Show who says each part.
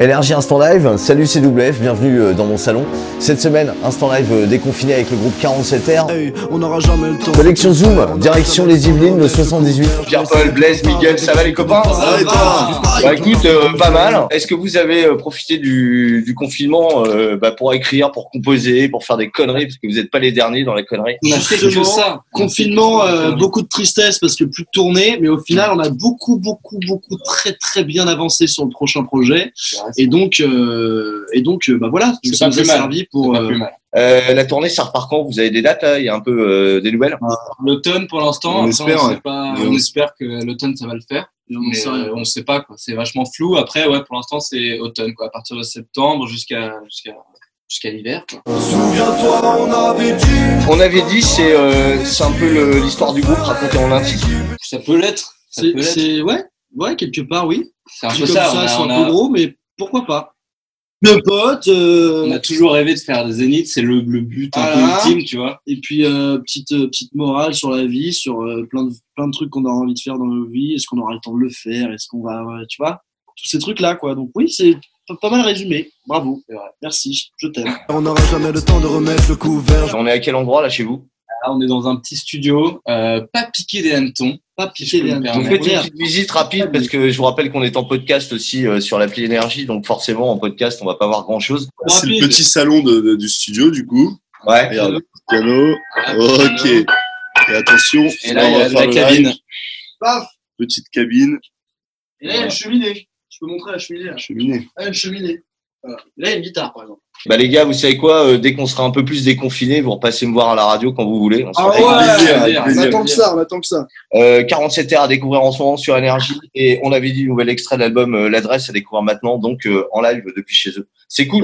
Speaker 1: LRJ Instant Live, salut CWF, bienvenue euh, dans mon salon. Cette semaine, Instant Live euh, déconfiné avec le groupe 47R.
Speaker 2: Hey, on n'aura jamais le temps.
Speaker 1: Collection Zoom, direction les Yvelines, le 78.
Speaker 3: Pierre-Paul, Blaise, Miguel, ça va les copains
Speaker 2: Ça va et toi
Speaker 3: Bah écoute, euh, pas mal. Est-ce que vous avez euh, profité du, du confinement euh, bah, pour écrire, pour composer, pour faire des conneries Parce que vous n'êtes pas les derniers dans la connerie.
Speaker 4: On a fait que
Speaker 2: Justement,
Speaker 4: ça. Confinement, euh, beaucoup de tristesse parce que plus de tournée, mais au final, on a beaucoup, beaucoup, beaucoup très, très bien avancé sur le prochain projet. Et donc, euh, et donc, euh, bah voilà,
Speaker 5: C'est
Speaker 4: ça
Speaker 5: pas
Speaker 4: nous a
Speaker 5: plus mal.
Speaker 4: servi pour
Speaker 5: Pas
Speaker 4: euh,
Speaker 5: plus mal.
Speaker 3: Euh, la tournée, ça repart quand Vous avez des dates là Il y a un peu euh, des nouvelles
Speaker 5: L'automne pour l'instant,
Speaker 6: On
Speaker 5: après,
Speaker 6: espère,
Speaker 5: on,
Speaker 6: ouais.
Speaker 5: sait pas-
Speaker 6: Mais
Speaker 5: on
Speaker 6: on-
Speaker 5: espère que l'automne ça va le faire.
Speaker 4: on en
Speaker 5: Mais,
Speaker 4: sait rien.
Speaker 5: euh, on sait pas quoi, c'est vachement flou. Après ouais, pour l'instant c'est automne quoi, à partir de septembre jusqu'à jusqu'à jusqu'à l'hiver. quoi.
Speaker 2: Souviens-toi, on avait dit.
Speaker 3: On avait dit, c'est euh, c'est un peu le- l'histoire du groupe racontée en un titre.
Speaker 5: Ça peut l'être. ça peut
Speaker 4: c'est,
Speaker 5: l'être.
Speaker 4: c'est- ouais, ouais, quelque part, oui.
Speaker 5: C'est un
Speaker 4: Dit
Speaker 5: peu
Speaker 4: comme
Speaker 5: ça.
Speaker 4: ça,
Speaker 5: on a-
Speaker 4: c'est un
Speaker 5: on a-
Speaker 4: peu gros, mais pourquoi pas Deux potes, euh,
Speaker 5: On a toujours rêvé de faire des zéniths, c'est le, le but un
Speaker 4: Voilà.
Speaker 5: peu ultime, tu vois.
Speaker 4: et puis euh, petite euh, petite morale sur la vie, sur euh, plein de plein de trucs qu'on aura envie de faire dans nos vies. Est-ce qu'on aura le temps de le faire Est-ce qu'on va, ouais, tu vois, tous ces trucs là, quoi. Donc oui, c'est pas, pas mal résumé. Bravo,
Speaker 5: C'est vrai.
Speaker 4: merci, je t'aime.
Speaker 2: On n'aura jamais le temps de remettre le couvert.
Speaker 3: On est à quel endroit là chez vous
Speaker 5: Là, on est dans un petit studio, euh, pas piqué des hannetons.
Speaker 4: Pas piquer
Speaker 5: Je peux
Speaker 4: les
Speaker 5: me permettre.
Speaker 3: On
Speaker 4: hannetons.
Speaker 3: fait une
Speaker 4: Regarde,
Speaker 3: petite visite rapide parce que je vous rappelle qu'on est en podcast aussi euh, sur l'appli énergie, donc forcément en podcast on va pas voir grand chose.
Speaker 4: Ah,
Speaker 6: C'est
Speaker 5: Rapide.
Speaker 6: le petit salon de- de- du studio, du coup.
Speaker 3: Ouais.
Speaker 6: Regarde, piano.
Speaker 5: Ah,
Speaker 6: Ok. Et attention,
Speaker 5: Et là, il y
Speaker 6: on
Speaker 5: a
Speaker 6: va
Speaker 5: de
Speaker 6: faire
Speaker 5: la
Speaker 6: le
Speaker 5: cabine.
Speaker 6: live. Petite cabine,
Speaker 4: Et là, il y a une cheminée. Eh, Je peux montrer la cheminée. Là,
Speaker 6: cheminée.
Speaker 4: Ah, il y a une cheminée. Voilà. Et Là, il y a eh, une guitare, par exemple.
Speaker 3: Bah les gars, vous savez quoi euh, Dès qu'on sera un peu plus déconfiné, vous repassez me voir à la radio quand vous voulez. On sera
Speaker 4: Ah
Speaker 3: avec
Speaker 4: ouais,
Speaker 6: plaisir,
Speaker 5: plaisir.
Speaker 6: avec plaisir.
Speaker 4: que ça, on attend que ça.
Speaker 3: Euh, 47 heures à découvrir en ce moment sur énergie et on avait dit nouvel extrait de l'album euh, L'adresse à découvrir maintenant donc euh, en live depuis chez eux. C'est cool.